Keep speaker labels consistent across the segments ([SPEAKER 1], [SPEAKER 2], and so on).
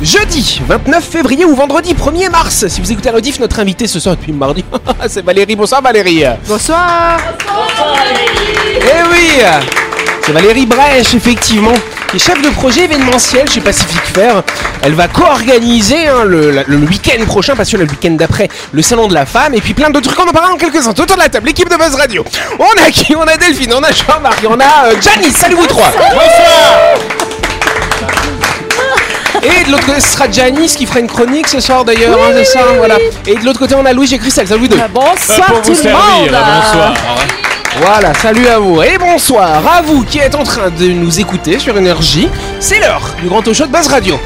[SPEAKER 1] Jeudi 29 février ou vendredi 1er mars. Si vous écoutez la rediff, notre invité ce soir depuis mardi, c'est Valérie. Bonsoir Valérie.
[SPEAKER 2] Bonsoir
[SPEAKER 1] Eh oui C'est Valérie Brèche, effectivement, qui est chef de projet événementiel chez Pacific Fair. Elle va co-organiser hein, le, la- le week-end prochain, parce que le week-end d'après, le salon de la femme, et puis plein d'autres trucs. On en parlera en quelques instants. Autour de la table, l'équipe de Buzz Radio. On a qui On a Delphine, on a Jean-Marie, on a euh, Janice. Salut vous trois Et de l'autre côté, ce sera Janice qui fera une chronique ce soir d'ailleurs, hein, c'est ça, voilà. Et de l'autre côté, on a Louis et Christelle, salut vous deux.
[SPEAKER 2] Ah, Bonsoir tout le monde
[SPEAKER 3] euh,
[SPEAKER 1] Voilà, salut à vous et bonsoir à vous qui êtes en train de nous écouter sur Énergie. C'est l'heure du grand talk show de Base Radio.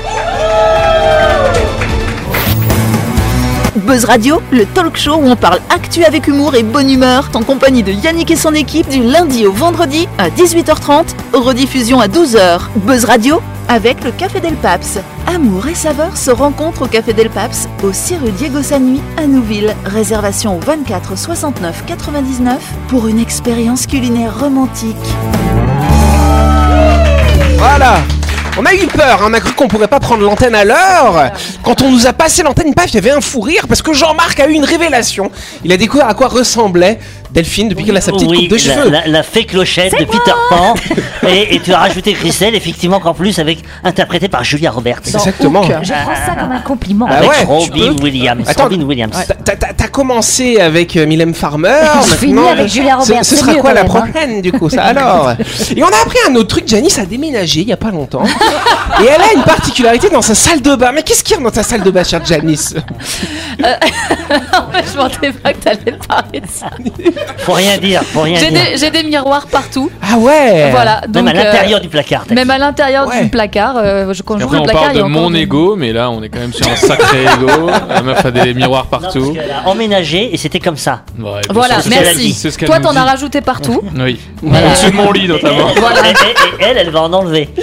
[SPEAKER 4] Buzz Radio, le talk show où on parle actu avec humour et bonne humeur, en compagnie de Yannick et son équipe du lundi au vendredi à 18h30, rediffusion à 12h. Buzz Radio avec le Café Del Paps. Amour et saveur se rencontrent au Café Del Paps, au 6 rue Diego Sanui à Nouville. Réservation au 24 69 99 pour une expérience culinaire romantique.
[SPEAKER 1] Voilà. On a eu peur, hein, on a cru qu'on pourrait pas prendre l'antenne à l'heure. Quand on nous a passé l'antenne, paf, il y avait un fou rire parce que Jean-Marc a eu une révélation. Il a découvert à quoi ressemblait Delphine depuis qu'elle a sa petite
[SPEAKER 3] Oui,
[SPEAKER 1] coupe de
[SPEAKER 3] la,
[SPEAKER 1] cheveux.
[SPEAKER 3] la- la fée clochette de Peter Pan. et, et tu as rajouté Christelle, effectivement, qu'en plus, avec interprétée par Julia Roberts.
[SPEAKER 1] Exactement.
[SPEAKER 5] Je prends ça comme un compliment.
[SPEAKER 1] Ah
[SPEAKER 3] Avec
[SPEAKER 1] ouais, tu
[SPEAKER 3] Robin
[SPEAKER 1] peux.
[SPEAKER 3] Williams.
[SPEAKER 1] Attends.
[SPEAKER 3] Robin Williams.
[SPEAKER 1] T'as- t'as- T'as t'as commencé avec euh, Mylène Farmer.
[SPEAKER 5] Je finis
[SPEAKER 1] maintenant- euh,
[SPEAKER 5] avec Julia
[SPEAKER 1] Ce-
[SPEAKER 5] Roberts,
[SPEAKER 1] Ce,
[SPEAKER 5] c'est
[SPEAKER 1] sera
[SPEAKER 5] mieux
[SPEAKER 1] quoi
[SPEAKER 5] quand
[SPEAKER 1] la
[SPEAKER 5] même, hein.
[SPEAKER 1] prochaine du coup ça alors Et on a appris un autre truc, Janice a déménagé il y a pas longtemps. Et elle a une particularité dans sa salle de bain. Mais qu'est-ce qu'il y a dans ta salle de bain, chère Janice
[SPEAKER 6] Ah Je m'entendais pas que t'allais parler de ça.
[SPEAKER 3] Faut rien dire, faut rien
[SPEAKER 6] J'ai
[SPEAKER 3] dire.
[SPEAKER 6] des, j'ai des miroirs partout.
[SPEAKER 1] Ah ouais
[SPEAKER 6] Voilà. Donc,
[SPEAKER 3] Même à
[SPEAKER 6] euh,
[SPEAKER 3] l'intérieur du placard. t'as
[SPEAKER 6] même
[SPEAKER 3] dit.
[SPEAKER 6] à l'intérieur
[SPEAKER 1] Ouais.
[SPEAKER 6] du placard. euh, je, quand j'ouvre
[SPEAKER 7] Après,
[SPEAKER 6] le
[SPEAKER 7] on
[SPEAKER 6] placard,
[SPEAKER 7] parle
[SPEAKER 6] il y
[SPEAKER 7] de
[SPEAKER 6] a encore
[SPEAKER 7] mon
[SPEAKER 6] du-
[SPEAKER 7] ego, mais là, on est quand même sur un sacré ego. La meuf a des miroirs
[SPEAKER 3] Non, parce
[SPEAKER 7] partout.
[SPEAKER 3] qu'elle a emménagé et c'était comme ça.
[SPEAKER 7] Ouais, mais
[SPEAKER 6] Voilà,
[SPEAKER 7] c'est ce qu'elle dit,
[SPEAKER 6] merci.
[SPEAKER 7] c'est ce qu'elle
[SPEAKER 6] Toi,
[SPEAKER 7] nous
[SPEAKER 6] t'en as
[SPEAKER 7] dit.
[SPEAKER 6] rajouté partout.
[SPEAKER 7] Oui.
[SPEAKER 3] Voilà.
[SPEAKER 7] Au-dessus de mon lit,
[SPEAKER 3] Et elle,
[SPEAKER 7] notamment.
[SPEAKER 3] et- et- et elle, elle va en enlever.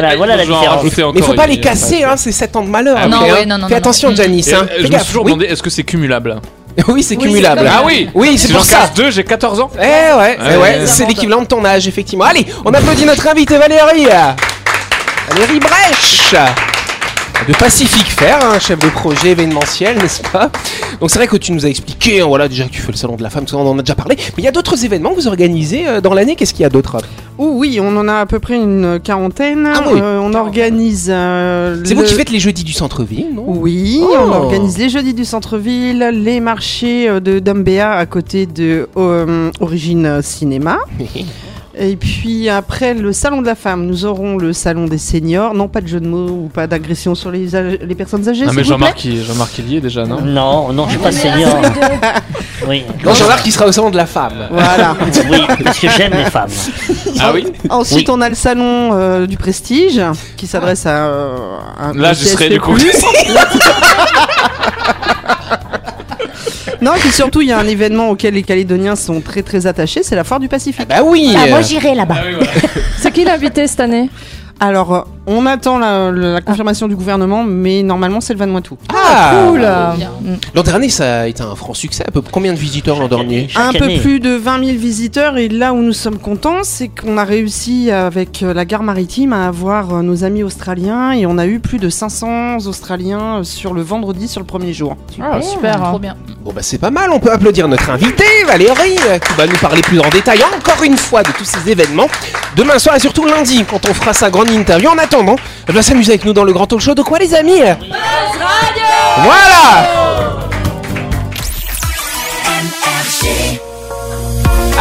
[SPEAKER 3] Voilà, voilà la
[SPEAKER 7] Je vais en
[SPEAKER 3] différence.
[SPEAKER 7] rajouter
[SPEAKER 1] Mais faut
[SPEAKER 7] encore,
[SPEAKER 1] pas
[SPEAKER 7] il-
[SPEAKER 1] les casser, hein, c'est 7 ans de malheur.
[SPEAKER 7] Ah,
[SPEAKER 1] après,
[SPEAKER 6] non,
[SPEAKER 1] hein.
[SPEAKER 6] ouais, non, non,
[SPEAKER 1] Fais
[SPEAKER 6] non,
[SPEAKER 1] attention,
[SPEAKER 6] non.
[SPEAKER 1] Janice.
[SPEAKER 7] Et,
[SPEAKER 1] hein.
[SPEAKER 7] euh,
[SPEAKER 1] Fais
[SPEAKER 7] je me suis
[SPEAKER 1] gaffe.
[SPEAKER 7] toujours
[SPEAKER 1] Oui,
[SPEAKER 7] demandé, est-ce que c'est cumulable
[SPEAKER 1] oui, c'est
[SPEAKER 6] Oui, c'est
[SPEAKER 1] cumulable.
[SPEAKER 6] comme-
[SPEAKER 7] Ah oui
[SPEAKER 1] Oui, c'est
[SPEAKER 7] Si
[SPEAKER 1] pour
[SPEAKER 7] j'en
[SPEAKER 1] ça.
[SPEAKER 7] casse deux, j'ai 14 ans.
[SPEAKER 1] Eh ouais, eh
[SPEAKER 7] Ouais,
[SPEAKER 1] ouais,
[SPEAKER 7] ouais.
[SPEAKER 1] c'est l'équivalent de ton âge, effectivement. Allez, on applaudit notre invitée Valérie. Valérie Brèche. De Pacific Fair, hein, chef de projet événementiel, n'est-ce pas Donc c'est vrai que tu nous as expliqué, hein, voilà, déjà que tu fais le salon de la femme, tout ça, on en a déjà parlé. Mais il y a d'autres événements que vous organisez euh, dans l'année. Qu'est-ce qu'il y a d'autre
[SPEAKER 2] Oh oui, on en a à peu près une quarantaine.
[SPEAKER 1] Ah oui.
[SPEAKER 2] Euh, on organise. euh,
[SPEAKER 1] C'est vous
[SPEAKER 2] le-
[SPEAKER 1] qui faites les jeudis du centre-ville, non
[SPEAKER 2] Oui,
[SPEAKER 1] Oh.
[SPEAKER 2] on organise les jeudis du centre-ville, les marchés euh, de Dambéa à côté de euh, Origine Cinéma. Et puis après le salon de la femme, nous aurons le salon des seniors. Non, pas de jeu de mots ou pas d'agression sur les, âge- les personnes âgées.
[SPEAKER 7] Non, Ah, mais
[SPEAKER 2] s'il vous plaît.
[SPEAKER 7] Jean-Marc, il- Jean-Marc, il y est déjà, non
[SPEAKER 3] Non, non, je suis pas senior. Oui.
[SPEAKER 1] Non, Jean-Marc qui sera au salon de la femme.
[SPEAKER 2] Voilà.
[SPEAKER 3] Oui, parce que j'aime les femmes.
[SPEAKER 7] Ah oui
[SPEAKER 2] Ensuite,
[SPEAKER 3] Oui.
[SPEAKER 2] on a le salon euh, du prestige qui s'adresse à, euh, à-
[SPEAKER 7] Là,
[SPEAKER 2] au
[SPEAKER 7] je serai
[SPEAKER 2] CSP+.
[SPEAKER 7] du coup.
[SPEAKER 2] Non, et puis surtout, il y a un événement auquel les Calédoniens sont très très attachés, c'est la foire du Pacifique.
[SPEAKER 1] Bah oui
[SPEAKER 5] Ah, moi j'irai
[SPEAKER 7] Ah
[SPEAKER 5] là-bas.
[SPEAKER 7] oui, voilà.
[SPEAKER 8] C'est qui l'invité cette année
[SPEAKER 2] Alors, euh, on attend la, la confirmation du gouvernement, mais normalement, c'est le Van Moitou.
[SPEAKER 1] Ah
[SPEAKER 8] Cool
[SPEAKER 6] Oh,
[SPEAKER 1] L'an dernier, ça a été un franc succès. À peu près combien de visiteurs l'an dernier
[SPEAKER 2] Un
[SPEAKER 3] Chaque
[SPEAKER 2] peu
[SPEAKER 3] année.
[SPEAKER 2] plus de 20 000 visiteurs, et là où nous sommes contents, c'est qu'on a réussi avec euh, la gare maritime à avoir euh, nos amis australiens, et on a eu plus de 500 Australiens euh, sur le vendredi, sur le premier jour.
[SPEAKER 8] Ah, super.
[SPEAKER 6] Trop
[SPEAKER 8] hein.
[SPEAKER 6] bien.
[SPEAKER 1] Bon bah c'est pas mal, on peut applaudir notre invité Valérie euh, qui va nous parler plus en détail encore une fois de tous ces événements. Demain soir et surtout lundi quand on fera sa grande interview. En attendant, elle va s'amuser avec nous dans le grand talk show de quoi les amis Voilà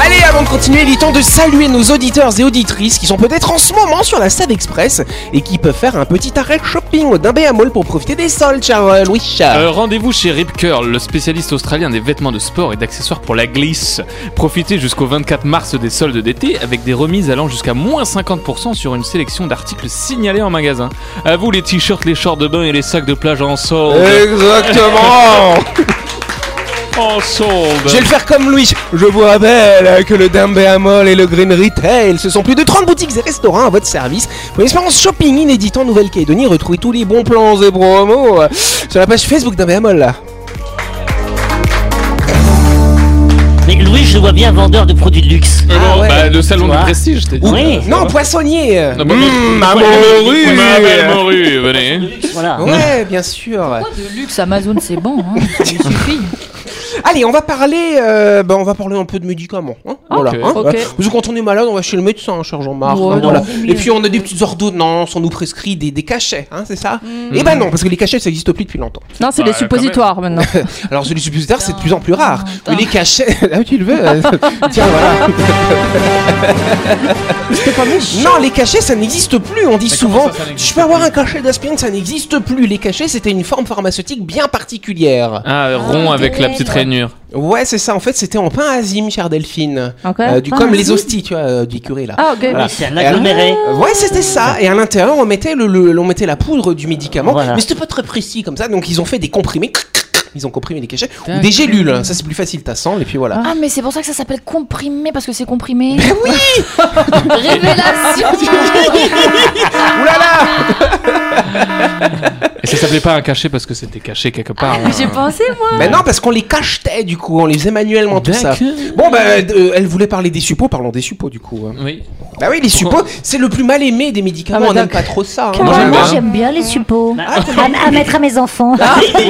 [SPEAKER 1] Allez, avant de continuer, il est temps de saluer nos auditeurs et auditrices qui sont peut-être en ce moment sur la Save Express et qui peuvent faire un petit arrêt shopping au Dimbéa Mall pour profiter des soldes, cher euh, Louis.
[SPEAKER 7] Euh, Rendez-vous chez Rip Curl, le spécialiste australien des vêtements de sport et d'accessoires pour la glisse. Profitez jusqu'au 24 mars des soldes d'été avec des remises allant jusqu'à moins 50% sur une sélection d'articles signalés en magasin. À vous les t-shirts, les shorts de bain et les sacs de plage en solde.
[SPEAKER 1] Euh, Exactement
[SPEAKER 7] En solde.
[SPEAKER 1] Je vais le faire comme Louis. Je vous rappelle euh, que le Dimbéamol et le Green Retail, ce sont plus de 30 boutiques et restaurants à votre service. Pour une expérience shopping inédite en Nouvelle-Calédonie, retrouvez tous les bons plans et promos euh, sur la page Facebook Dimbéamol.
[SPEAKER 3] Mais Louis, je le vois bien vendeur de produits de luxe.
[SPEAKER 7] Euh,
[SPEAKER 1] Ah
[SPEAKER 7] non,
[SPEAKER 1] ouais.
[SPEAKER 7] bah, le salon
[SPEAKER 3] Tu
[SPEAKER 7] du
[SPEAKER 3] vois.
[SPEAKER 7] prestige, je t'ai dit.
[SPEAKER 3] Oui.
[SPEAKER 7] Ça
[SPEAKER 1] Non,
[SPEAKER 7] va.
[SPEAKER 1] poissonnier
[SPEAKER 7] Non, bah, mais-
[SPEAKER 1] Mmh, ma morue.
[SPEAKER 7] Oui, ma belle morue, venez.
[SPEAKER 3] Voilà.
[SPEAKER 1] Ouais, bien sûr.
[SPEAKER 6] Pourquoi de luxe Amazon, c'est bon, hein, ça suffit.
[SPEAKER 1] Allez, on va parler, euh, bah, on va parler un peu de médicaments. hein, voilà. hein.
[SPEAKER 6] ok.
[SPEAKER 1] Euh, parce que quand on est malade, on va chez le médecin, hein, cher Jean-Marc.
[SPEAKER 6] Ouais,
[SPEAKER 1] hein,
[SPEAKER 6] non,
[SPEAKER 1] voilà.
[SPEAKER 6] c'est mieux.
[SPEAKER 1] Et puis on a des petites ordonnances, on nous prescrit des, des cachets, hein, c'est ça
[SPEAKER 6] Mm.
[SPEAKER 1] Eh ben non, parce que les cachets, ça n'existe plus depuis longtemps.
[SPEAKER 8] Non, c'est
[SPEAKER 7] Ouais,
[SPEAKER 8] des suppositoires maintenant.
[SPEAKER 1] Alors celui suppositaire, c'est de plus en plus rare.
[SPEAKER 6] Putain.
[SPEAKER 1] Mais les cachets, là où tu le veux. euh, Tiens, voilà. Non, les cachets, ça n'existe plus. On dit souvent,
[SPEAKER 5] ça, ça n'existe
[SPEAKER 1] je peux avoir un cachet d'aspirine, ça n'existe plus. Les cachets, c'était une forme pharmaceutique bien particulière.
[SPEAKER 7] Ah, rond avec la petite rainure.
[SPEAKER 1] Ouais, c'est ça. En fait, c'était en pain azime, chère Delphine.
[SPEAKER 8] Ok.
[SPEAKER 1] Euh, du comme les hosties, tu vois, euh, du curé là.
[SPEAKER 8] Ah, ok.
[SPEAKER 1] Voilà.
[SPEAKER 3] C'est un aggloméré.
[SPEAKER 1] Ouais, c'était ça. Et à l'intérieur, on mettait le, le- on mettait la poudre du médicament,
[SPEAKER 3] Voilà.
[SPEAKER 1] mais c'était pas très précis comme ça. Donc ils ont fait des comprimés. Ils ont comprimé les cachets ou des gélules. Ça c'est plus facile, t'as sang et puis voilà. Ben
[SPEAKER 6] Ah, mais c'est pour ça que ça s'appelle comprimé, parce que c'est comprimé. Mais oui Révélation Ah.
[SPEAKER 7] Et ça s'appelait pas un cachet parce que c'était caché quelque part. hein.
[SPEAKER 6] J'ai pensé, moi
[SPEAKER 1] Mais Ben non, parce qu'on les cachetait du coup, on les faisait manuellement tout ça. Bon, bah, euh, elle voulait parler des suppos, parlons des suppos du coup. hein.
[SPEAKER 7] Oui.
[SPEAKER 1] Bah oui, les suppos, c'est le plus mal aimé des médicaments,
[SPEAKER 8] Ah, bah,
[SPEAKER 1] on n'aime
[SPEAKER 8] d'accord.
[SPEAKER 1] pas trop ça. hein.
[SPEAKER 7] Moi, j'aime bien.
[SPEAKER 9] bien les suppos.
[SPEAKER 3] Bah,
[SPEAKER 1] Ah, t'aimes
[SPEAKER 9] À, à mettre à mes enfants.
[SPEAKER 7] Ouh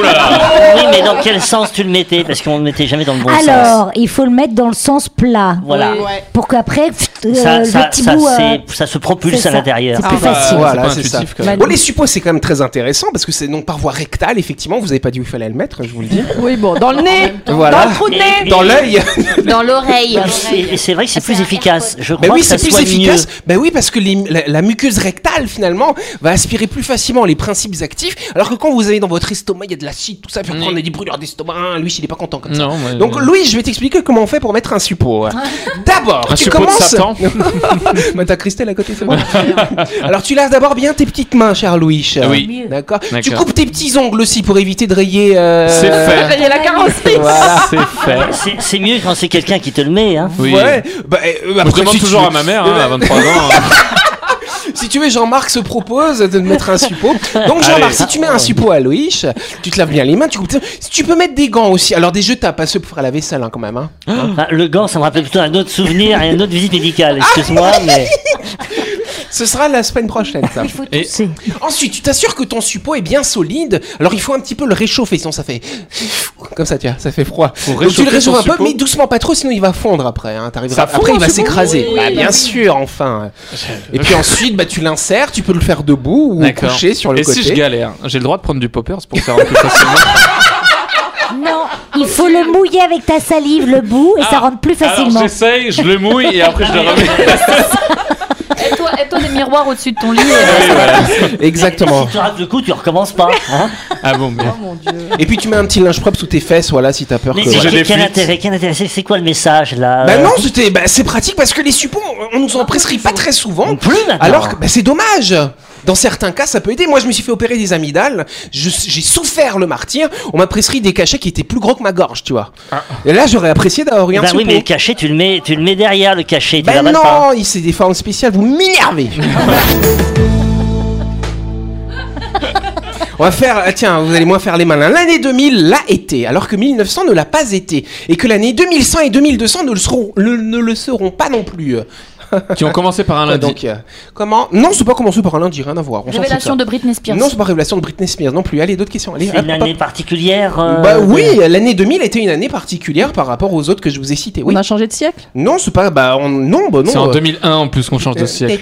[SPEAKER 7] là là.
[SPEAKER 3] Ah, Oui, mais dans quel sens tu le mettais Parce qu'on ne le mettait jamais dans le bon sens.
[SPEAKER 9] Alors, il faut le mettre dans le sens plat.
[SPEAKER 3] Voilà.
[SPEAKER 9] Pour qu'après, pff, euh,
[SPEAKER 3] Ça, ça-
[SPEAKER 9] le petit
[SPEAKER 3] ça,
[SPEAKER 9] bout. euh,
[SPEAKER 3] c'est- ça se propulse
[SPEAKER 9] c'est
[SPEAKER 3] à
[SPEAKER 9] ça.
[SPEAKER 3] l'intérieur.
[SPEAKER 9] C'est plus
[SPEAKER 7] bah,
[SPEAKER 9] facile.
[SPEAKER 1] Euh, Voilà,
[SPEAKER 7] pas
[SPEAKER 1] c'est ça.
[SPEAKER 7] intuitif, quand
[SPEAKER 1] Bon, les suppos, c'est quand même très intéressant parce que c'est donc par voie rectale, effectivement. Vous avez pas dit où il fallait le mettre, je vous le dis.
[SPEAKER 8] Oui, bon, dans le nez.
[SPEAKER 1] Voilà.
[SPEAKER 8] Dans le trou de
[SPEAKER 3] Et-
[SPEAKER 8] nez.
[SPEAKER 3] et-
[SPEAKER 1] Dans l'œil.
[SPEAKER 6] Dans l'oreille
[SPEAKER 3] Ah. Et et c'est vrai que c'est
[SPEAKER 9] Ah, c'est
[SPEAKER 3] plus
[SPEAKER 9] un
[SPEAKER 3] efficace. Je crois
[SPEAKER 1] Ben oui,
[SPEAKER 3] que ça
[SPEAKER 1] c'est plus
[SPEAKER 3] soigne
[SPEAKER 1] efficace.
[SPEAKER 3] mieux.
[SPEAKER 1] Ben oui, parce que les- la, la muqueuse rectale, finalement, va aspirer plus facilement les principes actifs, alors que quand vous avez dans votre estomac, il y a de l'acide, tout ça, puis après
[SPEAKER 7] Oui.
[SPEAKER 1] on a des brûlures d'estomac, hein, Louis, il est pas content comme ça.
[SPEAKER 7] Non, moi,
[SPEAKER 1] Donc,
[SPEAKER 7] euh,
[SPEAKER 1] Louis, je vais t'expliquer comment on fait pour mettre un suppôt. hein. D'abord,
[SPEAKER 7] Un
[SPEAKER 1] tu
[SPEAKER 7] suppôt de
[SPEAKER 1] commences.
[SPEAKER 7] Ah, Satan.
[SPEAKER 1] Bah, t'as Christelle à côté, c'est bon. Alors, tu laves d'abord bien tes petites mains, cher Louis.
[SPEAKER 7] Oui.
[SPEAKER 1] D'accord. Tu
[SPEAKER 7] D'accord.
[SPEAKER 1] coupes tes petits ongles aussi pour éviter de rayer. euh,
[SPEAKER 7] C'est fait.
[SPEAKER 8] Il y a la carrosserie.
[SPEAKER 1] Voilà.
[SPEAKER 7] C'est fait.
[SPEAKER 3] C'est- C'est mieux quand c'est quelqu'un qui te le met. Hein.
[SPEAKER 7] Oui.
[SPEAKER 1] Ouais. Bah, euh,
[SPEAKER 7] Je
[SPEAKER 1] après,
[SPEAKER 7] demande
[SPEAKER 1] si tu
[SPEAKER 7] toujours
[SPEAKER 1] veux- Eh ben,
[SPEAKER 7] à ma mère, hein, à 23 ans. hein.
[SPEAKER 1] Si tu veux, Jean-Marc se propose de mettre un suppôt. Donc,
[SPEAKER 7] Allez.
[SPEAKER 1] Jean-Marc, si tu mets un suppôt à Louis, tu te laves bien les mains, tu coupes. tes- Si tu peux mettre des gants aussi. Alors, des jetables, pas ceux pour faire la vaisselle, hein, quand même. hein.
[SPEAKER 3] Enfin, le gant, ça me rappelle plutôt un autre souvenir et une autre visite médicale. Excuse-moi,
[SPEAKER 1] Ah,
[SPEAKER 3] mais
[SPEAKER 1] Ce sera la semaine prochaine, ça.
[SPEAKER 9] Il faut
[SPEAKER 7] Et-
[SPEAKER 9] tousser.
[SPEAKER 1] Ensuite, tu t'assures que ton suppôt est bien solide. Alors, il faut un petit peu le réchauffer, sinon ça fait. Comme ça, tu vois, ça fait froid. Donc, tu le
[SPEAKER 7] réchauffer
[SPEAKER 1] réchauffes
[SPEAKER 7] son
[SPEAKER 1] un peu,
[SPEAKER 7] suppôt.
[SPEAKER 1] mais doucement, pas trop, sinon il va fondre après. hein. T'arriveras-
[SPEAKER 7] Ça fond,
[SPEAKER 1] après,
[SPEAKER 7] un
[SPEAKER 1] il va
[SPEAKER 7] suppôt
[SPEAKER 1] s'écraser. bah, bien sûr, enfin. Et puis ensuite, bah, tu l'insères, tu peux le faire debout ou
[SPEAKER 7] D'accord.
[SPEAKER 1] couché sur le
[SPEAKER 7] Et
[SPEAKER 1] côté.
[SPEAKER 7] si je galère, j'ai le droit de prendre du poppers pour faire un peu facilement.
[SPEAKER 9] Non, il faut le mouiller avec ta salive, le bout, et ça rentre plus
[SPEAKER 7] Alors
[SPEAKER 9] facilement.
[SPEAKER 7] j'essaye, je le mouille et après je le remets.
[SPEAKER 6] Et toi, et toi des miroirs au-dessus de ton lit euh,
[SPEAKER 7] Oui, voilà.
[SPEAKER 1] Exactement.
[SPEAKER 3] tu rates le coup, tu recommences pas. hein.
[SPEAKER 7] Ah bon, mais...
[SPEAKER 1] Et puis tu mets un petit linge propre sous tes fesses, voilà, si t'as peur
[SPEAKER 3] Mais
[SPEAKER 1] que.
[SPEAKER 3] c'est-
[SPEAKER 1] voilà.
[SPEAKER 7] j'ai des
[SPEAKER 3] quel,
[SPEAKER 7] fuites.
[SPEAKER 3] intérêt, quel intérêt C'est c'est quoi le message là
[SPEAKER 1] Bah
[SPEAKER 3] euh,
[SPEAKER 1] non, c'était, bah, c'est pratique parce que les suppos, on on nous en prescrit pas très souvent.
[SPEAKER 3] Plus maintenant.
[SPEAKER 1] Alors que bah, c'est dommage. Dans certains cas, ça peut aider. Moi, je me suis fait opérer des amygdales. Je- J'ai souffert le martyr. On m'a prescrit des cachets qui étaient plus gros que ma gorge, tu vois. Et là, j'aurais apprécié d'avoir eu un
[SPEAKER 3] Bah oui,
[SPEAKER 1] suppôt.
[SPEAKER 3] mais le cachet, tu le mets, tu le mets derrière le cachet. Tu
[SPEAKER 1] Bah
[SPEAKER 3] l'avales pas.
[SPEAKER 1] non, il- c'est des formes spéciales. Vous m'énervez. On va faire, ah, tiens, vous allez moins faire les malins. L'année 2000 l'a été, alors que 1900 ne l'a pas été, et que l'année 2100 et 2200 ne le seront, le- ne le seront pas non plus.
[SPEAKER 7] Qui ont commencé par un
[SPEAKER 1] Ouais,
[SPEAKER 7] lundi.
[SPEAKER 1] donc, euh, comment Non, c'est pas commencer par un lundi, rien à voir. On s'en fout de
[SPEAKER 6] Révélation
[SPEAKER 1] ça.
[SPEAKER 6] de Britney Spears.
[SPEAKER 1] Non, c'est pas révélation de Britney Spears non plus. Allez, d'autres questions. Allez,
[SPEAKER 3] C'est
[SPEAKER 1] hop,
[SPEAKER 3] une
[SPEAKER 1] hop,
[SPEAKER 3] année particulière. euh,
[SPEAKER 1] bah
[SPEAKER 3] de-
[SPEAKER 1] oui, l'année 2000 était une année particulière par rapport aux autres que je vous ai citées. Oui.
[SPEAKER 8] On a changé de siècle.
[SPEAKER 1] Non, c'est pas. Bah on- non, bah non.
[SPEAKER 7] C'est en
[SPEAKER 1] euh,
[SPEAKER 7] 2001 en plus qu'on change de siècle.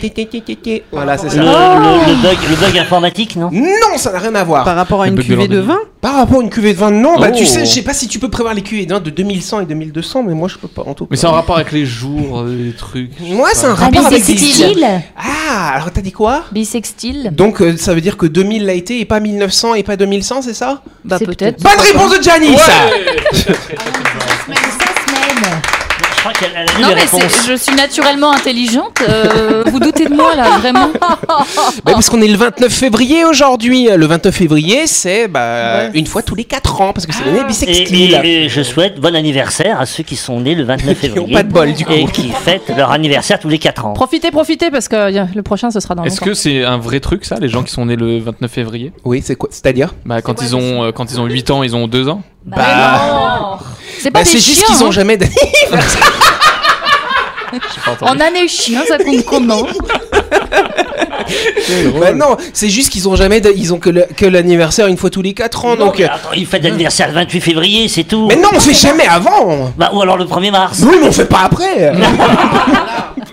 [SPEAKER 1] euh, Voilà, c'est
[SPEAKER 3] Le,
[SPEAKER 1] ça.
[SPEAKER 3] le- le bug, le bug informatique, non
[SPEAKER 1] Non, ça n'a rien à voir.
[SPEAKER 2] Par rapport à
[SPEAKER 7] Le
[SPEAKER 2] une
[SPEAKER 7] bug de
[SPEAKER 2] cuvée de
[SPEAKER 7] l'endemain.
[SPEAKER 2] vin
[SPEAKER 1] Par rapport à une cuvée de vin, non. Bah
[SPEAKER 7] Oh.
[SPEAKER 1] tu sais, je sais pas si tu peux prévoir les cuvées de vin de 2100 et 2200, mais moi je peux pas en tout. cas.
[SPEAKER 7] Mais c'est en rapport avec les jours, euh, les trucs. je sais
[SPEAKER 1] Moi,
[SPEAKER 7] pas.
[SPEAKER 1] c'est un
[SPEAKER 9] Ah, mais
[SPEAKER 1] rapport avec
[SPEAKER 9] c'est
[SPEAKER 1] des
[SPEAKER 9] subtil.
[SPEAKER 1] Ah, alors t'as dit quoi
[SPEAKER 6] Bisextile
[SPEAKER 1] Donc euh, ça veut dire que 2000 l'a été et pas 1900 et pas 2100, c'est ça
[SPEAKER 6] Bah
[SPEAKER 8] C'est
[SPEAKER 6] peut-être.
[SPEAKER 1] Bonne réponse de Janice
[SPEAKER 3] Je crois qu'elle elle a eu
[SPEAKER 6] Non
[SPEAKER 3] les
[SPEAKER 6] mais c'est-
[SPEAKER 3] réponses.
[SPEAKER 6] je suis naturellement intelligente. euh, vous doutez de moi là, vraiment.
[SPEAKER 1] Bah, parce qu'on est le 29 février aujourd'hui. Le 29 février, c'est bah, une fois tous les 4 ans, parce que c'est l'année
[SPEAKER 3] Et,
[SPEAKER 1] bisextile.
[SPEAKER 3] et- et je souhaite bon anniversaire à ceux qui sont nés le 29
[SPEAKER 1] Qui ont
[SPEAKER 3] février.
[SPEAKER 1] pas de bol, du coup.
[SPEAKER 3] Et qui fêtent leur anniversaire tous les 4 ans.
[SPEAKER 8] Profitez, profitez, parce que euh, le prochain, ce sera dans
[SPEAKER 7] Est-ce
[SPEAKER 8] longtemps.
[SPEAKER 7] que c'est un vrai truc ça, les gens qui sont nés le 29 février
[SPEAKER 1] Oui, c'est quoi C'est-à-dire
[SPEAKER 7] Bah quand ils ont euh, quand ils ont 8 ans, ils ont 2 ans.
[SPEAKER 9] Bah,
[SPEAKER 6] Oh. C'est pas
[SPEAKER 1] Bah,
[SPEAKER 6] des
[SPEAKER 1] c'est juste
[SPEAKER 6] chiens.
[SPEAKER 1] qu'ils ont
[SPEAKER 6] hein.
[SPEAKER 1] jamais d'anniversaire.
[SPEAKER 6] En année chien, ça compte comment
[SPEAKER 1] Bah non, c'est juste qu'ils ont jamais, de- ils ont que le- que l'anniversaire une fois tous les 4 ans.
[SPEAKER 3] Non,
[SPEAKER 1] donc,
[SPEAKER 3] mais
[SPEAKER 1] euh,
[SPEAKER 3] attends, il fait l'anniversaire le 28 février, c'est tout.
[SPEAKER 1] mais non, on fait jamais avant.
[SPEAKER 3] Bah, ou alors le 1er mars.
[SPEAKER 1] Oui, mais on fait pas après.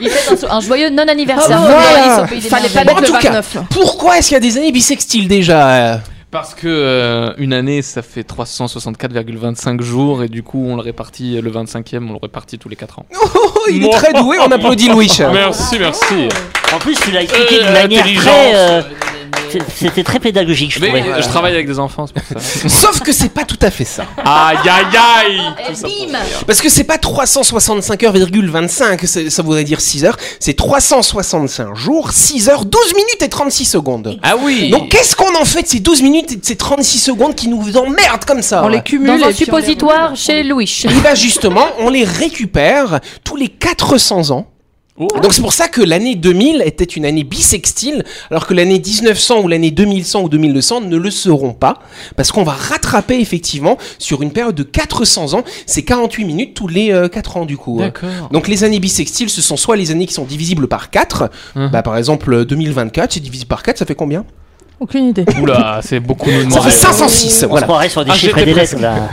[SPEAKER 6] Il fait un, so- un joyeux non-anniversaire.
[SPEAKER 1] Ah, voilà.
[SPEAKER 6] Ils sont payés des
[SPEAKER 8] Fallait pas
[SPEAKER 6] merveilles.
[SPEAKER 1] Bon, en
[SPEAKER 8] mettre le
[SPEAKER 1] tout cas,
[SPEAKER 8] 29.
[SPEAKER 1] pourquoi est-ce qu'il y a des années bissextiles déjà euh
[SPEAKER 7] Parce que euh, une année, ça fait 364,25 jours et du coup, on le répartit euh, le 25e, on le répartit tous les 4 ans.
[SPEAKER 1] Oh, il est très doué. On applaudit Louis.
[SPEAKER 7] Merci,
[SPEAKER 1] Ah,
[SPEAKER 7] merci.
[SPEAKER 3] En plus, tu l'as expliqué
[SPEAKER 7] Euh,
[SPEAKER 3] d'une manière
[SPEAKER 7] intelligence.
[SPEAKER 3] très. euh, c'est- C'était très pédagogique, je
[SPEAKER 7] Mais
[SPEAKER 3] trouvais.
[SPEAKER 7] je travaille avec des enfants, c'est pour ça.
[SPEAKER 1] Sauf que c'est pas tout à fait ça.
[SPEAKER 7] aïe aïe aïe
[SPEAKER 6] Et bim
[SPEAKER 1] Parce que c'est pas 365,25, c'est- ça voudrait dire 6 heures, c'est 365 jours, 6 heures, 12 minutes et 36 secondes.
[SPEAKER 7] Ah oui
[SPEAKER 1] Donc qu'est-ce qu'on en fait de ces 12 minutes et de ces 36 secondes qui nous emmerdent comme ça
[SPEAKER 2] On
[SPEAKER 1] ouais
[SPEAKER 2] les cumule.
[SPEAKER 6] Dans
[SPEAKER 2] et
[SPEAKER 6] un
[SPEAKER 2] puis on les
[SPEAKER 6] suppositoire chez Louis.
[SPEAKER 1] Et bah justement, on les récupère tous les 400 ans.
[SPEAKER 7] Oh.
[SPEAKER 1] Donc c'est pour ça que l'année 2000 était une année bissextile, alors que l'année 1900 ou l'année 2100 ou 2200 ne le seront pas, parce qu'on va rattraper effectivement sur une période de 400 ans, c'est 48 minutes tous les 4 ans du coup. hein.
[SPEAKER 7] D'accord.
[SPEAKER 1] Donc les années bissextiles, ce sont soit les années qui sont divisibles par 4,
[SPEAKER 7] Mhm.
[SPEAKER 1] bah, par exemple 2024, c'est divisé par 4, ça fait combien
[SPEAKER 8] Aucune idée.
[SPEAKER 7] Oula, c'est beaucoup de
[SPEAKER 1] Ça fait
[SPEAKER 7] mémoire.
[SPEAKER 1] 506,
[SPEAKER 3] On se
[SPEAKER 1] voilà.
[SPEAKER 3] croirait sur des
[SPEAKER 7] Ah,
[SPEAKER 3] chiffres et
[SPEAKER 7] j'étais
[SPEAKER 3] des lettres, là.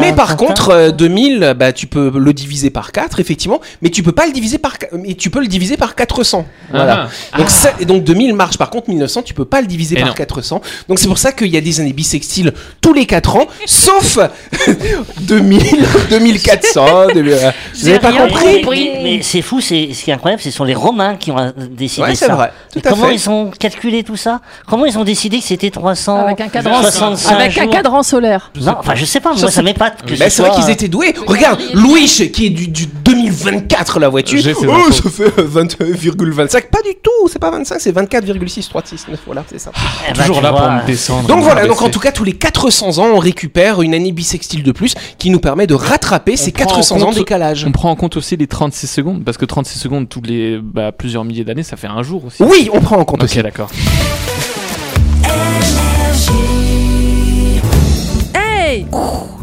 [SPEAKER 1] Mais par
[SPEAKER 3] Tintin,
[SPEAKER 1] contre, euh, 2000, bah, tu peux le diviser par 4, effectivement, mais tu peux pas le diviser par, qu- mais tu peux le diviser par 400.
[SPEAKER 7] Ah
[SPEAKER 1] Voilà. Donc, ça- et donc 2000 marche, par contre 1900, tu peux pas le diviser
[SPEAKER 7] Et
[SPEAKER 1] par
[SPEAKER 7] non.
[SPEAKER 1] 400. Donc c'est pour ça qu'il y a des années bissextiles tous les 4 ans, sauf 2000, 2400. de- euh, vous avez
[SPEAKER 3] Ah,
[SPEAKER 1] pas
[SPEAKER 6] rien
[SPEAKER 1] compris
[SPEAKER 6] compris.
[SPEAKER 3] Mais, mais c'est fou, c'est ce qui est incroyable, ce sont les Romains qui ont euh, décidé
[SPEAKER 1] Ouais, c'est
[SPEAKER 3] ça.
[SPEAKER 1] vrai. Tout
[SPEAKER 3] Et
[SPEAKER 1] à
[SPEAKER 3] comment
[SPEAKER 1] fait.
[SPEAKER 3] ils ont calculé tout ça Comment ils ont décidé que c'était 300
[SPEAKER 8] Avec un cadran,
[SPEAKER 3] 65
[SPEAKER 8] avec un
[SPEAKER 3] jours
[SPEAKER 8] cadran solaire.
[SPEAKER 3] Non, enfin je sais pas, moi ça m'épate que
[SPEAKER 1] Bah,
[SPEAKER 3] ce
[SPEAKER 1] c'est vrai
[SPEAKER 3] soit-
[SPEAKER 1] qu'ils
[SPEAKER 7] euh,
[SPEAKER 1] étaient doués. Regarde, Louis qui est du, du 2024 la voiture.
[SPEAKER 7] J'ai ces
[SPEAKER 1] Oh,
[SPEAKER 7] infos.
[SPEAKER 1] ça fait 20,25. Pas du tout, c'est pas 25, c'est 24,6369. Voilà, c'est ça.
[SPEAKER 7] Oh,
[SPEAKER 3] Eh ben,
[SPEAKER 7] Toujours
[SPEAKER 3] tu
[SPEAKER 7] là pour
[SPEAKER 3] vois.
[SPEAKER 7] me descendre.
[SPEAKER 1] Donc
[SPEAKER 7] me
[SPEAKER 1] voilà, donc en
[SPEAKER 7] rabaisser.
[SPEAKER 1] tout cas tous les 400 ans on récupère une année bissextile de plus qui nous permet de rattraper ces
[SPEAKER 7] prend en
[SPEAKER 1] 400 ans
[SPEAKER 7] compte-
[SPEAKER 1] de décalage.
[SPEAKER 7] On prend en compte aussi les 36 secondes, parce que 36 secondes, tous les bah, plusieurs milliers d'années, ça fait un jour aussi.
[SPEAKER 1] Oui, on prend en compte
[SPEAKER 7] Ok,
[SPEAKER 1] aussi.
[SPEAKER 7] d'accord.
[SPEAKER 5] Hey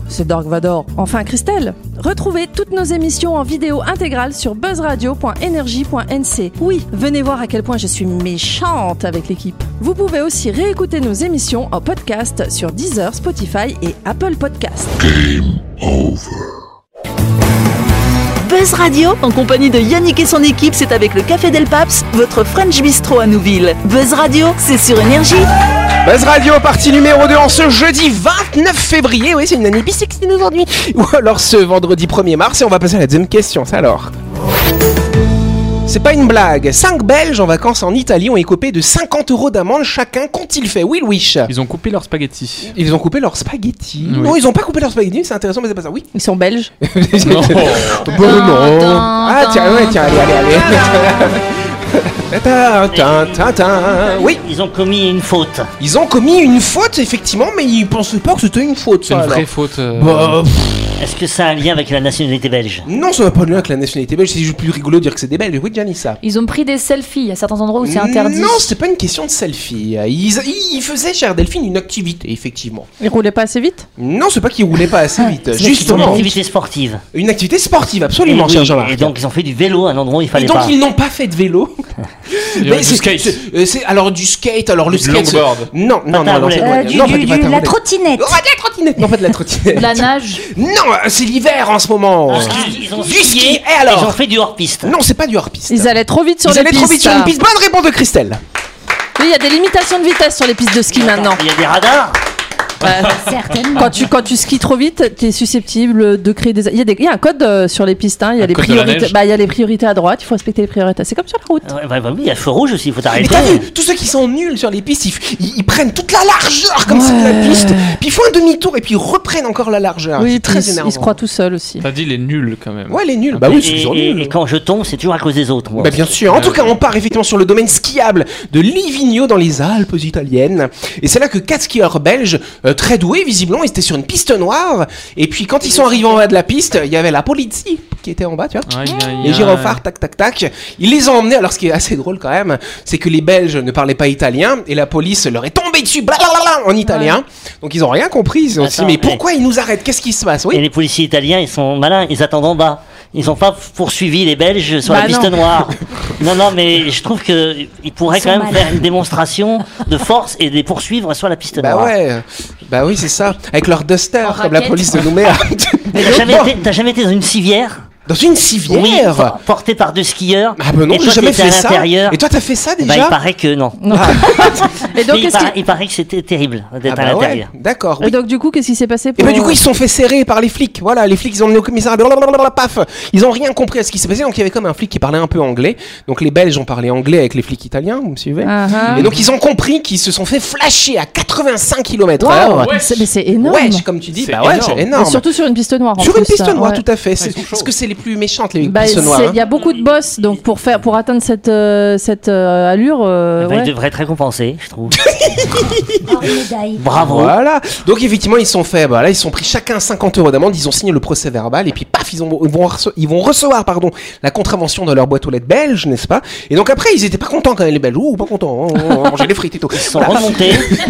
[SPEAKER 8] C'est Dark Vador. Enfin, Christelle.
[SPEAKER 5] Retrouvez toutes nos émissions en vidéo intégrale sur buzzradio.energie.nc. Oui, venez voir à quel point je suis méchante avec l'équipe. Vous pouvez aussi réécouter nos émissions en podcast sur Deezer, Spotify et Apple Podcasts.
[SPEAKER 4] Buzz Radio, en compagnie de Yannick et son équipe, c'est avec le Café Del Paps, votre French Bistro à Nouville. Buzz Radio, c'est sur Énergie.
[SPEAKER 1] Buzz Radio, partie numéro 2 en ce jeudi 29 février. Oui, c'est une année bissextile aujourd'hui. Ou alors ce vendredi 1er mars. Et on va passer à la deuxième question, ça alors. C'est pas une blague. 5 Belges en vacances en Italie ont écopé de 50 euros d'amende chacun. Qu'ont-ils fait Oui, Louis.
[SPEAKER 7] Ils ont coupé leurs spaghettis.
[SPEAKER 1] Ils ont coupé leurs spaghettis.
[SPEAKER 7] Oui.
[SPEAKER 1] Non, ils ont pas coupé leurs spaghettis, c'est intéressant, mais c'est pas ça. Oui.
[SPEAKER 8] Ils sont belges.
[SPEAKER 1] Bon,
[SPEAKER 7] Non.
[SPEAKER 6] Tin,
[SPEAKER 1] non.
[SPEAKER 6] tin,
[SPEAKER 1] Ah,
[SPEAKER 6] tin,
[SPEAKER 1] tiens, ouais, tiens, allez, allez, allez. Tin, tin, tin, tin. Oui,
[SPEAKER 3] Ils ont commis une faute.
[SPEAKER 1] ils ont commis une faute, effectivement, mais ils pensaient pas que c'était une faute. ça,
[SPEAKER 7] C'est une
[SPEAKER 1] alors.
[SPEAKER 7] vraie faute. euh,
[SPEAKER 1] Bah, pff,
[SPEAKER 3] Est-ce que ça a un lien avec la nationalité belge
[SPEAKER 1] non, ça n'a pas de lien avec la nationalité belge, c'est juste plus rigolo de dire que c'est des Belges. Oui, Gianni, ça.
[SPEAKER 6] Ils ont pris des selfies à certains endroits où c'est interdit.
[SPEAKER 1] Non, c'était pas une question de selfie. Ils, ils faisaient, cher Delphine, une activité, effectivement.
[SPEAKER 8] Ils roulaient pas assez vite.
[SPEAKER 1] Non, c'est pas qu'ils roulaient pas assez
[SPEAKER 6] Ah,
[SPEAKER 1] vite.
[SPEAKER 3] Une
[SPEAKER 1] Justement,
[SPEAKER 3] activité sportive.
[SPEAKER 1] une activité sportive,
[SPEAKER 3] Et,
[SPEAKER 7] Eh
[SPEAKER 1] absolument, cher
[SPEAKER 3] oui,
[SPEAKER 1] Jean-Marc.
[SPEAKER 3] et donc ils ont fait du vélo à un endroit où il
[SPEAKER 1] Et
[SPEAKER 3] fallait
[SPEAKER 1] donc,
[SPEAKER 3] pas.
[SPEAKER 1] ils n'ont pas fait de vélo.
[SPEAKER 7] il y
[SPEAKER 1] Mais
[SPEAKER 7] aurait du
[SPEAKER 1] c'est-
[SPEAKER 7] skate.
[SPEAKER 1] c'est- euh, c'est- alors du skate, alors le
[SPEAKER 7] Du
[SPEAKER 1] skate. c'est-
[SPEAKER 7] longboard.
[SPEAKER 1] Non, non, non,
[SPEAKER 3] Patin
[SPEAKER 6] Ah,
[SPEAKER 1] non, c'est-
[SPEAKER 3] roulette.
[SPEAKER 1] ouais,
[SPEAKER 9] Euh, du,
[SPEAKER 1] non,
[SPEAKER 9] du-
[SPEAKER 1] pas
[SPEAKER 9] du-
[SPEAKER 1] patin
[SPEAKER 9] la
[SPEAKER 1] roulette.
[SPEAKER 9] trottinette.
[SPEAKER 1] Oh, pas de la trottinette, non pas de la trottinette.
[SPEAKER 6] De la nage.
[SPEAKER 1] Non, euh, c'est l'hiver en ce moment.
[SPEAKER 3] Ah, ski, ils ont
[SPEAKER 1] du
[SPEAKER 3] skié,
[SPEAKER 1] ski. Et
[SPEAKER 3] Ils ont
[SPEAKER 1] alors
[SPEAKER 3] fait du hors-piste.
[SPEAKER 1] Non, c'est pas du hors-piste.
[SPEAKER 8] Ils allaient trop vite sur
[SPEAKER 1] Ils
[SPEAKER 8] les
[SPEAKER 1] allaient
[SPEAKER 8] pistes.
[SPEAKER 1] trop vite sur une
[SPEAKER 8] ça.
[SPEAKER 1] piste. Bonne réponse de Christelle.
[SPEAKER 8] Oui, il y a des limitations de vitesse sur les pistes de ski maintenant.
[SPEAKER 3] Il y a des radars.
[SPEAKER 9] Certainement.
[SPEAKER 8] Quand tu, quand tu skis trop vite, tu es susceptible de créer des. Il y a, des- il y a un code euh, sur les pistes, hein. il, y a
[SPEAKER 7] Un
[SPEAKER 8] les
[SPEAKER 7] code de la
[SPEAKER 8] priorités,
[SPEAKER 7] neige.
[SPEAKER 8] bah, il y a les priorités à droite, il faut respecter les priorités. C'est comme sur la route.
[SPEAKER 1] Ah,
[SPEAKER 3] Ouais, bah, bah oui, il y a feu rouge aussi, il faut
[SPEAKER 1] Mais
[SPEAKER 3] t'arrêter.
[SPEAKER 1] t'as vu, tous ceux qui sont nuls sur les pistes, ils, f- ils- ils prennent toute la largeur comme ça de la piste, puis ils font un demi-tour et puis ils reprennent encore la largeur.
[SPEAKER 8] oui,
[SPEAKER 1] c'est
[SPEAKER 8] puis
[SPEAKER 1] très
[SPEAKER 8] ils,
[SPEAKER 1] énervant.
[SPEAKER 8] ils se croient tout seuls aussi.
[SPEAKER 7] T'as dit les nuls quand même.
[SPEAKER 1] Ouais, les nuls. Bah oui, c'est
[SPEAKER 3] et,
[SPEAKER 1] toujours
[SPEAKER 3] et-
[SPEAKER 1] nul.
[SPEAKER 3] et quand je tombe, c'est toujours à cause des autres. moi.
[SPEAKER 1] Bah bien sûr. En tout cas, on part effectivement sur le domaine skiable de Livigno dans les Alpes italiennes. Et c'est là que quatre skieurs belges euh, très doués, visiblement. Ils étaient sur une piste noire. Et puis, quand ils sont arrivés en bas de la piste, il y avait la police qui était en bas, tu vois.
[SPEAKER 7] Aïe, aïe,
[SPEAKER 1] Les
[SPEAKER 7] aïe.
[SPEAKER 1] gyrophares, tac, tac, tac. Ils les ont emmenés. Alors, ce qui est assez drôle quand même, c'est que les Belges ne parlaient pas italien et la police leur est tombée dessus, blablabla, en italien. Donc, ils ont rien compris. Ils ont dit,
[SPEAKER 3] Attends,
[SPEAKER 1] mais
[SPEAKER 3] ouais.
[SPEAKER 1] pourquoi ils nous arrêtent Qu'est-ce qui se passe
[SPEAKER 3] Et
[SPEAKER 1] Oui.
[SPEAKER 3] les policiers italiens, ils sont malins, ils attendent en bas. Ils n'ont pas poursuivi les Belges sur
[SPEAKER 8] Bah
[SPEAKER 3] la piste
[SPEAKER 8] non.
[SPEAKER 3] noire. non, non, mais je trouve qu'ils pourraient
[SPEAKER 9] Ils
[SPEAKER 3] quand
[SPEAKER 9] sont
[SPEAKER 3] même
[SPEAKER 9] malins.
[SPEAKER 3] faire une démonstration de force et les poursuivre sur la piste
[SPEAKER 1] Bah
[SPEAKER 3] noire.
[SPEAKER 1] ouais, bah oui, c'est ça. Avec leur duster,
[SPEAKER 6] En
[SPEAKER 1] comme la
[SPEAKER 6] raquette.
[SPEAKER 1] police de Nouméa.
[SPEAKER 3] Mais T'as jamais, été- t'as jamais été dans une civière
[SPEAKER 1] Dans une
[SPEAKER 3] Oui,
[SPEAKER 1] civière
[SPEAKER 3] por- portée par deux skieurs.
[SPEAKER 1] Ah bah non,
[SPEAKER 3] Et
[SPEAKER 1] j'ai
[SPEAKER 3] toi,
[SPEAKER 1] jamais
[SPEAKER 3] t'étais à
[SPEAKER 1] fait ça.
[SPEAKER 3] l'intérieur.
[SPEAKER 1] Et toi, t'as fait ça
[SPEAKER 3] Bah, il
[SPEAKER 1] déjà
[SPEAKER 3] paraît que non.
[SPEAKER 8] Et donc,
[SPEAKER 3] Mais
[SPEAKER 8] qu'est-ce
[SPEAKER 3] il,
[SPEAKER 8] qui-
[SPEAKER 3] para- il paraît que c'était terrible d'être
[SPEAKER 1] Ah bah
[SPEAKER 3] à
[SPEAKER 1] ouais,
[SPEAKER 3] l'intérieur.
[SPEAKER 1] D'accord.
[SPEAKER 8] Et donc, du coup, qu'est-ce qui s'est passé
[SPEAKER 1] Et
[SPEAKER 8] pour...
[SPEAKER 1] bah du coup ils se sont fait serrer par les flics. Voilà, les flics ils ont emmené au commissariat. Blablabla, paf. Ils ont rien compris à ce qui s'est passé. Donc il y avait comme un flic qui parlait un peu anglais. Donc les Belges ont parlé anglais avec les flics italiens. Vous me suivez
[SPEAKER 8] Ah, ah.
[SPEAKER 1] Et donc ils ont compris qu'ils se sont fait flasher à 85 km/h.
[SPEAKER 8] Waouh,
[SPEAKER 7] Ouais.
[SPEAKER 8] c'est- mais c'est
[SPEAKER 1] Ouais,
[SPEAKER 8] énorme.
[SPEAKER 1] comme tu dis,
[SPEAKER 7] C'est
[SPEAKER 1] bah ouais,
[SPEAKER 7] énorme.
[SPEAKER 1] c'est
[SPEAKER 8] Et
[SPEAKER 1] énorme.
[SPEAKER 8] surtout sur une piste noire. en
[SPEAKER 1] Sur une
[SPEAKER 8] plus,
[SPEAKER 1] piste
[SPEAKER 8] hein,
[SPEAKER 1] noire,
[SPEAKER 8] ouais.
[SPEAKER 1] tout à fait. C'est-
[SPEAKER 7] sont chauds.
[SPEAKER 1] Parce que c'est les plus méchantes les
[SPEAKER 8] Bah,
[SPEAKER 1] pistes
[SPEAKER 8] c'est-
[SPEAKER 1] noires.
[SPEAKER 8] Il
[SPEAKER 1] hein.
[SPEAKER 8] y a beaucoup de boss, donc pour, faire, pour atteindre cette, euh, cette euh, allure, euh,
[SPEAKER 3] Bah,
[SPEAKER 8] ouais.
[SPEAKER 3] Ils devraient être récompensés, je trouve.
[SPEAKER 9] Par Oh, une médaille.
[SPEAKER 3] Bravo.
[SPEAKER 1] Voilà. Donc effectivement, ils sont faits. Bah, là, ils sont pris chacun 50 euros d'amende. Ils ont signé le procès verbal et puis paf, ils, ont- ils vont, rece- ils vont recevoir pardon la contravention dans leur boîte aux lettres belge, n'est-ce pas Et donc après, ils étaient pas contents quand même les Belges. Ouh, pas contents. hein, On va manger des frites et tout.
[SPEAKER 3] Ils sont
[SPEAKER 1] Voilà.
[SPEAKER 3] remontés.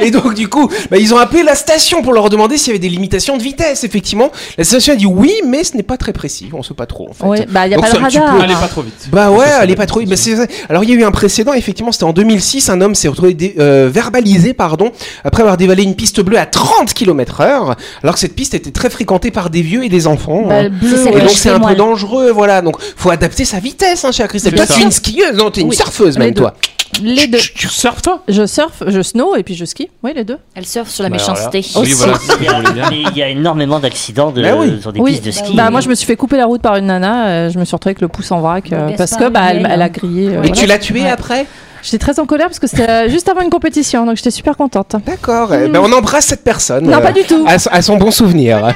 [SPEAKER 1] Et donc du coup, bah, ils ont appelé la station pour leur demander s'il y avait des limitations de vitesse. Effectivement, la station a dit oui, mais ce n'est pas très précis. On sait pas trop. En fait.
[SPEAKER 8] Ouais, bah, il n'y a
[SPEAKER 1] Donc,
[SPEAKER 8] pas de
[SPEAKER 1] c'est un petit peu-
[SPEAKER 6] Ah.
[SPEAKER 8] radar.
[SPEAKER 7] Allez pas trop vite.
[SPEAKER 1] Bah ouais, les patrouilles. Bah c'est vrai. Alors il y a eu un précédent, effectivement, c'était en 2006, un homme s'est retrouvé dé- euh, verbalisé, pardon, après avoir dévalé une piste bleue à 30 km/h, alors que cette piste était très fréquentée par des vieux et des enfants.
[SPEAKER 8] Bah,
[SPEAKER 1] hein.
[SPEAKER 8] le bleu,
[SPEAKER 9] C'est ça,
[SPEAKER 8] ouais.
[SPEAKER 1] Et donc
[SPEAKER 9] je
[SPEAKER 1] c'est
[SPEAKER 9] fais
[SPEAKER 1] un
[SPEAKER 9] moi,
[SPEAKER 1] peu
[SPEAKER 9] là.
[SPEAKER 1] dangereux, voilà. Donc faut adapter sa vitesse, hein, cher Christelle.
[SPEAKER 7] C'est
[SPEAKER 1] Toi,
[SPEAKER 7] ça.
[SPEAKER 1] tu es une skieuse, non, t'es une
[SPEAKER 8] Oui. Bah,
[SPEAKER 1] surfeuse
[SPEAKER 8] Les
[SPEAKER 1] même,
[SPEAKER 8] deux.
[SPEAKER 1] toi.
[SPEAKER 8] Les deux.
[SPEAKER 7] Tu surfes toi
[SPEAKER 8] Je surfe, je snow et puis je skie. Oui, les deux.
[SPEAKER 6] Elle surfe sur la
[SPEAKER 7] Bah,
[SPEAKER 6] méchanceté.
[SPEAKER 7] Oui, voilà, c'est ce que
[SPEAKER 3] Il
[SPEAKER 7] je voulais
[SPEAKER 3] y, a,
[SPEAKER 7] dire.
[SPEAKER 3] mais il y a énormément d'accidents de,
[SPEAKER 1] Bah oui.
[SPEAKER 3] sur des
[SPEAKER 8] oui.
[SPEAKER 3] pistes de ski.
[SPEAKER 8] Bah, moi, je me suis fait couper la route par une nana. euh, je me suis retrouvée avec le pouce en vrac euh,
[SPEAKER 9] Gaspard,
[SPEAKER 8] parce que bah, elle,
[SPEAKER 9] Noël,
[SPEAKER 8] elle
[SPEAKER 9] hein.
[SPEAKER 8] a grillé. euh,
[SPEAKER 1] Et
[SPEAKER 8] voilà.
[SPEAKER 1] tu l'as tué
[SPEAKER 8] Ouais.
[SPEAKER 1] après
[SPEAKER 8] J'étais très en colère parce que c'était euh, juste avant une compétition, donc j'étais super contente.
[SPEAKER 1] D'accord. Eh ben, on embrasse cette personne.
[SPEAKER 8] Mm. Non, pas du tout.
[SPEAKER 1] À, son- à son bon souvenir.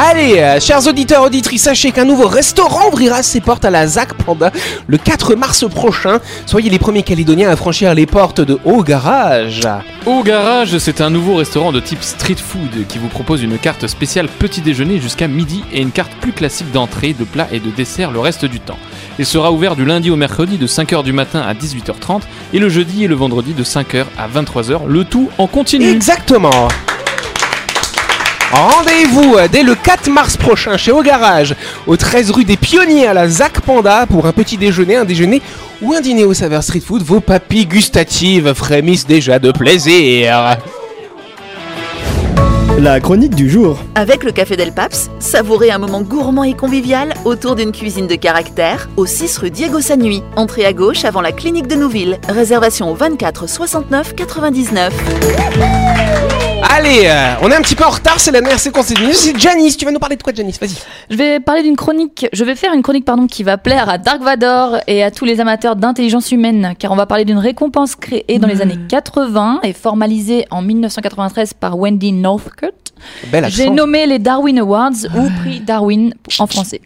[SPEAKER 1] Allez, euh, chers auditeurs, auditrices, sachez qu'un nouveau restaurant ouvrira ses portes à la ZAC Panda le 4 mars prochain. Soyez les premiers Calédoniens à franchir les portes de Haut Garage.
[SPEAKER 7] Au Garage, c'est un nouveau restaurant de type street food qui vous propose une carte spéciale petit déjeuner jusqu'à midi et une carte plus classique d'entrée, de plat et de dessert le reste du temps. Il sera ouvert du lundi au mercredi de 5h du matin à 18h30 et le jeudi et le vendredi de 5h à 23h, le tout en continu.
[SPEAKER 1] Exactement. Rendez-vous euh, dès le 4 mars prochain chez Au Garage, au 13 rue des Pionniers à la Zac Panda pour un petit déjeuner, un déjeuner ou un dîner au saveur street food. Vos papilles gustatives frémissent déjà de plaisir.
[SPEAKER 10] La chronique du jour.
[SPEAKER 4] Avec le Café Del Paps, savourez un moment gourmand et convivial autour d'une cuisine de caractère au 6 rue Diego Sanui. Entrée à gauche avant la clinique de Nouville. Réservation au 24 69 99.
[SPEAKER 1] Allez, euh, on est un petit peu en retard, c'est la dernière séquence de news. C'est Janice, tu vas nous parler de quoi Janice Vas-y.
[SPEAKER 6] Je vais parler d'une chronique, je vais faire une chronique pardon, qui va plaire à Dark Vador et à tous les amateurs d'intelligence humaine, car on va parler d'une récompense créée
[SPEAKER 8] Hmm.
[SPEAKER 6] dans les années 80 et formalisée en 1993 par Wendy Northcott.
[SPEAKER 1] Belle
[SPEAKER 6] J'ai
[SPEAKER 1] action.
[SPEAKER 6] nommé les Darwin Awards ou
[SPEAKER 8] Ah.
[SPEAKER 6] prix Darwin en français.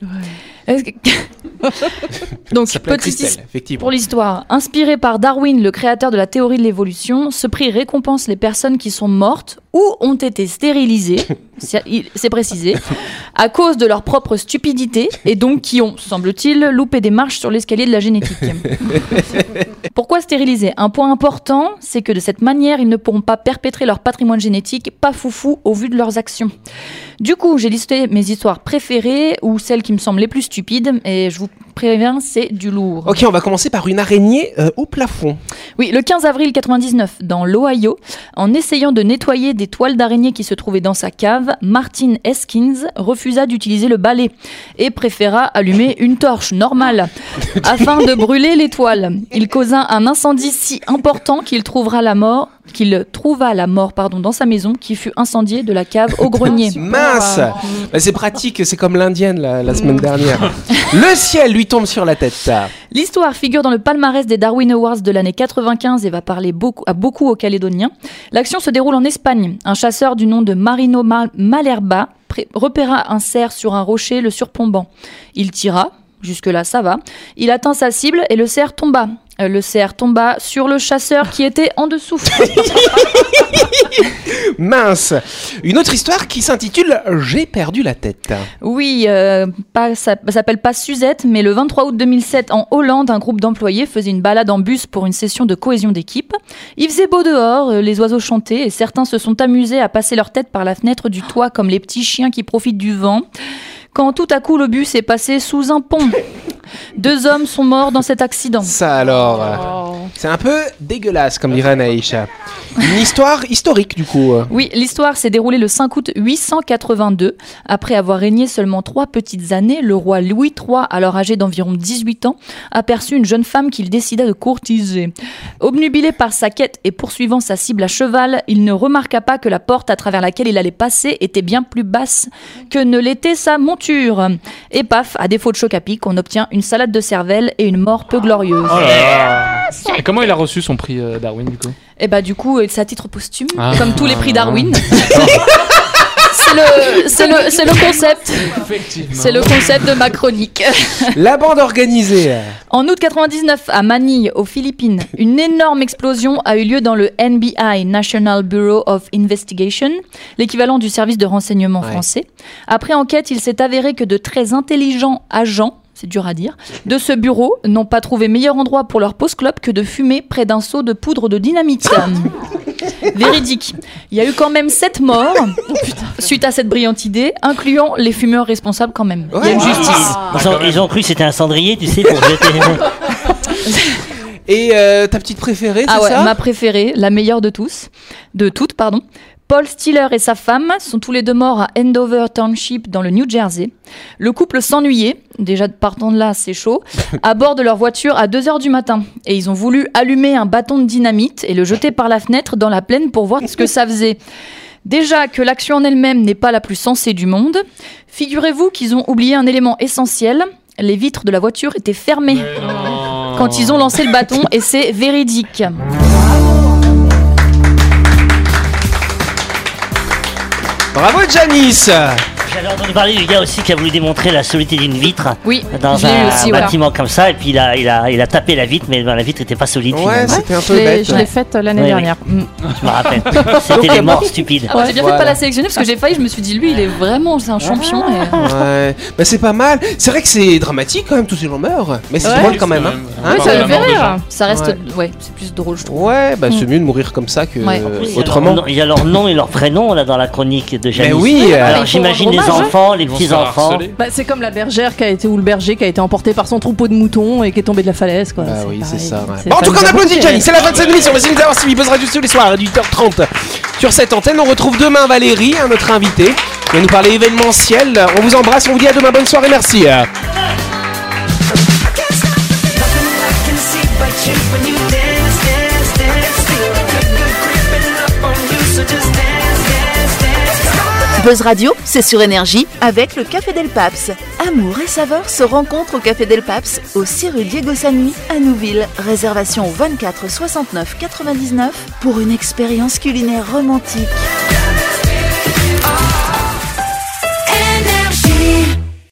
[SPEAKER 6] Est-ce que- Donc, petit
[SPEAKER 1] Christelle, effectivement.
[SPEAKER 6] pour l'histoire, inspiré par Darwin, le créateur de la théorie de l'évolution, ce prix récompense les personnes qui sont mortes ou ont été stérilisées, c'est il- c'est précisé, à cause de leur propre stupidité et donc qui ont, semble-t-il, loupé des marches sur l'escalier de la génétique. Pourquoi stériliser Un point important, c'est que de cette manière, ils ne pourront pas perpétrer leur patrimoine génétique pas foufou au vu de leurs actions. Du coup, j'ai listé mes histoires préférées ou celles qui me semblent les plus stupides et je vous préviens, c'est du lourd.
[SPEAKER 1] Ok, on va commencer par une araignée euh, au plafond.
[SPEAKER 6] Oui, le 15 avril 99, dans l'Ohio, en essayant de nettoyer des toiles d'araignée qui se trouvaient dans sa cave, Martin Eskins refusa d'utiliser le balai et préféra allumer une torche normale afin de brûler les toiles. Il causa un incendie si important qu'il trouvera la mort, qu'il trouva la mort pardon dans sa maison qui fut incendiée de la cave au grenier.
[SPEAKER 1] Mince Bah, C'est pratique, c'est comme l'indienne la, la semaine dernière. le ciel lui tombe sur la tête. ça.
[SPEAKER 6] L'histoire figure dans le palmarès des Darwin Awards de l'année 95 et va parler beaucoup, à beaucoup aux Calédoniens. L'action se déroule en Espagne. Un chasseur du nom de Marino Mal- Malerba pré- repéra un cerf sur un rocher le surplombant. Il tira, Jusque-là, ça va. Il atteint sa cible et le cerf tomba. Euh, Le cerf tomba sur le chasseur qui était en dessous.
[SPEAKER 1] Mince. Une autre histoire qui s'intitule J'ai perdu la tête.
[SPEAKER 6] Oui, euh, pas, ça ça s'appelle pas Suzette, mais le 23 août 2007, en Hollande, un groupe d'employés faisait une balade en bus pour une session de cohésion d'équipe. Il faisait beau dehors, euh, les oiseaux chantaient et certains se sont amusés à passer leur tête par la fenêtre du toit comme les petits chiens qui profitent du vent. Quand tout à coup le bus est passé sous un pont. Deux hommes sont morts dans cet accident.
[SPEAKER 1] Ça alors. euh,
[SPEAKER 6] Oh.
[SPEAKER 1] C'est un peu dégueulasse, comme dirait Naïcha. Une histoire historique, du coup. euh.
[SPEAKER 6] Oui, l'histoire s'est déroulée le 5 août 882. Après avoir régné seulement trois petites années, le roi Louis III, alors âgé d'environ 18 ans, aperçut une jeune femme qu'il décida de courtiser. Obnubilé par sa quête et poursuivant sa cible à cheval, il ne remarqua pas que la porte à travers laquelle il allait passer était bien plus basse que ne l'était sa monture. Et paf, à défaut de choc à pic, on obtient une salade de cervelle et une mort peu glorieuse.
[SPEAKER 7] Oh là là. Et comment il a reçu son prix euh, Darwin du coup
[SPEAKER 6] Et bah du coup, euh, c'est à titre posthume,
[SPEAKER 7] Ah.
[SPEAKER 6] comme tous les prix Darwin. c'est le, c'est le, c'est le concept.
[SPEAKER 7] Effectivement.
[SPEAKER 6] C'est le concept de ma chronique.
[SPEAKER 1] La bande organisée.
[SPEAKER 6] En août 99, à Manille, aux Philippines, une énorme explosion a eu lieu dans le NBI, National Bureau of Investigation, l'équivalent du service de renseignement
[SPEAKER 1] Ouais.
[SPEAKER 6] français. Après enquête, il s'est avéré que de très intelligents agents c'est dur à dire, de ce bureau n'ont pas trouvé meilleur endroit pour leur pause clope que de fumer près d'un seau de poudre de dynamite. Véridique. Il y a eu quand même sept morts suite à cette brillante idée, incluant les fumeurs responsables quand même. Il y a une
[SPEAKER 1] Ouais.
[SPEAKER 6] justice.
[SPEAKER 3] Ah. Ils ont, ils ont cru que c'était un cendrier, tu sais, pour jeter.
[SPEAKER 1] Et euh, ta petite préférée, c'est
[SPEAKER 6] Ah ouais,
[SPEAKER 1] ça
[SPEAKER 6] ma préférée, la meilleure de tous, de toutes, pardon. Paul Stiller et sa femme sont tous les deux morts à Andover Township dans le New Jersey. Le couple s'ennuyait, déjà partant de là c'est chaud, à bord de leur voiture à 2h du matin. Et ils ont voulu allumer un bâton de dynamite et le jeter par la fenêtre dans la plaine pour voir ce que ça faisait. Déjà que l'action en elle-même n'est pas la plus sensée du monde, figurez-vous qu'ils ont oublié un élément essentiel, les vitres de la voiture étaient fermées quand ils ont lancé le bâton et c'est véridique.
[SPEAKER 1] Bravo, Janice.
[SPEAKER 3] J'avais entendu parler du gars aussi qui a voulu démontrer la solidité d'une vitre
[SPEAKER 6] Oui,
[SPEAKER 3] dans
[SPEAKER 6] je l'ai eu
[SPEAKER 3] un
[SPEAKER 6] aussi, voilà.
[SPEAKER 3] bâtiment comme ça, et puis il a, il a, il a tapé la vitre, mais ben, la vitre n'était pas solide.
[SPEAKER 1] Ouais,
[SPEAKER 3] finalement.
[SPEAKER 1] c'était un
[SPEAKER 8] Je
[SPEAKER 1] peu
[SPEAKER 8] l'ai
[SPEAKER 1] bête. hein.
[SPEAKER 8] je l'ai faite l'année
[SPEAKER 3] Oui, oui.
[SPEAKER 8] dernière. Mm.
[SPEAKER 3] je me rappelle. C'était les morts stupides.
[SPEAKER 6] Ah bah, j'ai bien fait de
[SPEAKER 1] Voilà.
[SPEAKER 6] pas la sélectionner parce que j'ai failli, je me suis dit, lui, il est vraiment c'est un champion. et-
[SPEAKER 8] Ah.
[SPEAKER 1] Ouais. Bah, c'est pas mal. C'est vrai que c'est dramatique quand même, tous ces gens meurent. Mais c'est
[SPEAKER 8] Ouais.
[SPEAKER 1] drôle quand même. hein. Hein,
[SPEAKER 8] Oui,
[SPEAKER 1] par
[SPEAKER 8] ça
[SPEAKER 1] la
[SPEAKER 8] me fait
[SPEAKER 1] mort de gens.
[SPEAKER 8] rire.
[SPEAKER 6] Ça reste. Ouais, c'est plus drôle, je trouve.
[SPEAKER 1] Ouais, bah c'est mieux de mourir comme ça que
[SPEAKER 6] Ouais.
[SPEAKER 1] euh,
[SPEAKER 3] Il y a leur
[SPEAKER 1] autrement.
[SPEAKER 3] nom- Il y a leur nom et leur prénom là dans la chronique de
[SPEAKER 1] Mais
[SPEAKER 3] Janice.
[SPEAKER 1] oui, euh,
[SPEAKER 3] Alors
[SPEAKER 8] il faut
[SPEAKER 3] j'imagine
[SPEAKER 8] rendre
[SPEAKER 3] les
[SPEAKER 8] hommage, hein.
[SPEAKER 3] enfants, les
[SPEAKER 7] Ils vont se faire
[SPEAKER 3] petits-enfants.
[SPEAKER 7] harceler.
[SPEAKER 8] Bah, c'est comme la bergère qui a été ou le berger qui a été emporté par son troupeau de moutons et qui est tombé de la falaise quoi.
[SPEAKER 1] Bah oui, c'est
[SPEAKER 8] pareil.
[SPEAKER 1] ça. ouais.
[SPEAKER 8] C'est
[SPEAKER 1] Bon, en
[SPEAKER 8] pas
[SPEAKER 1] tout cas, on
[SPEAKER 8] une
[SPEAKER 1] applaudit
[SPEAKER 8] bonne
[SPEAKER 1] Gianni. C'est la fin de cette émission. Merci de nous avoir suivis. Buzz Radio tous les soirs à 18h30 sur cette antenne. On retrouve demain Valérie, hein, notre invitée, qui va nous parler événementiel. On vous embrasse. On vous dit à demain. Bonne soirée. Merci.
[SPEAKER 4] Buzz Radio, c'est sur énergie avec le Café Del Paps. Amour et saveur se rencontrent au Café Del Paps, au 6 rue Diego Sanmi à Nouville. Réservation au 24 69 99 pour une expérience culinaire romantique.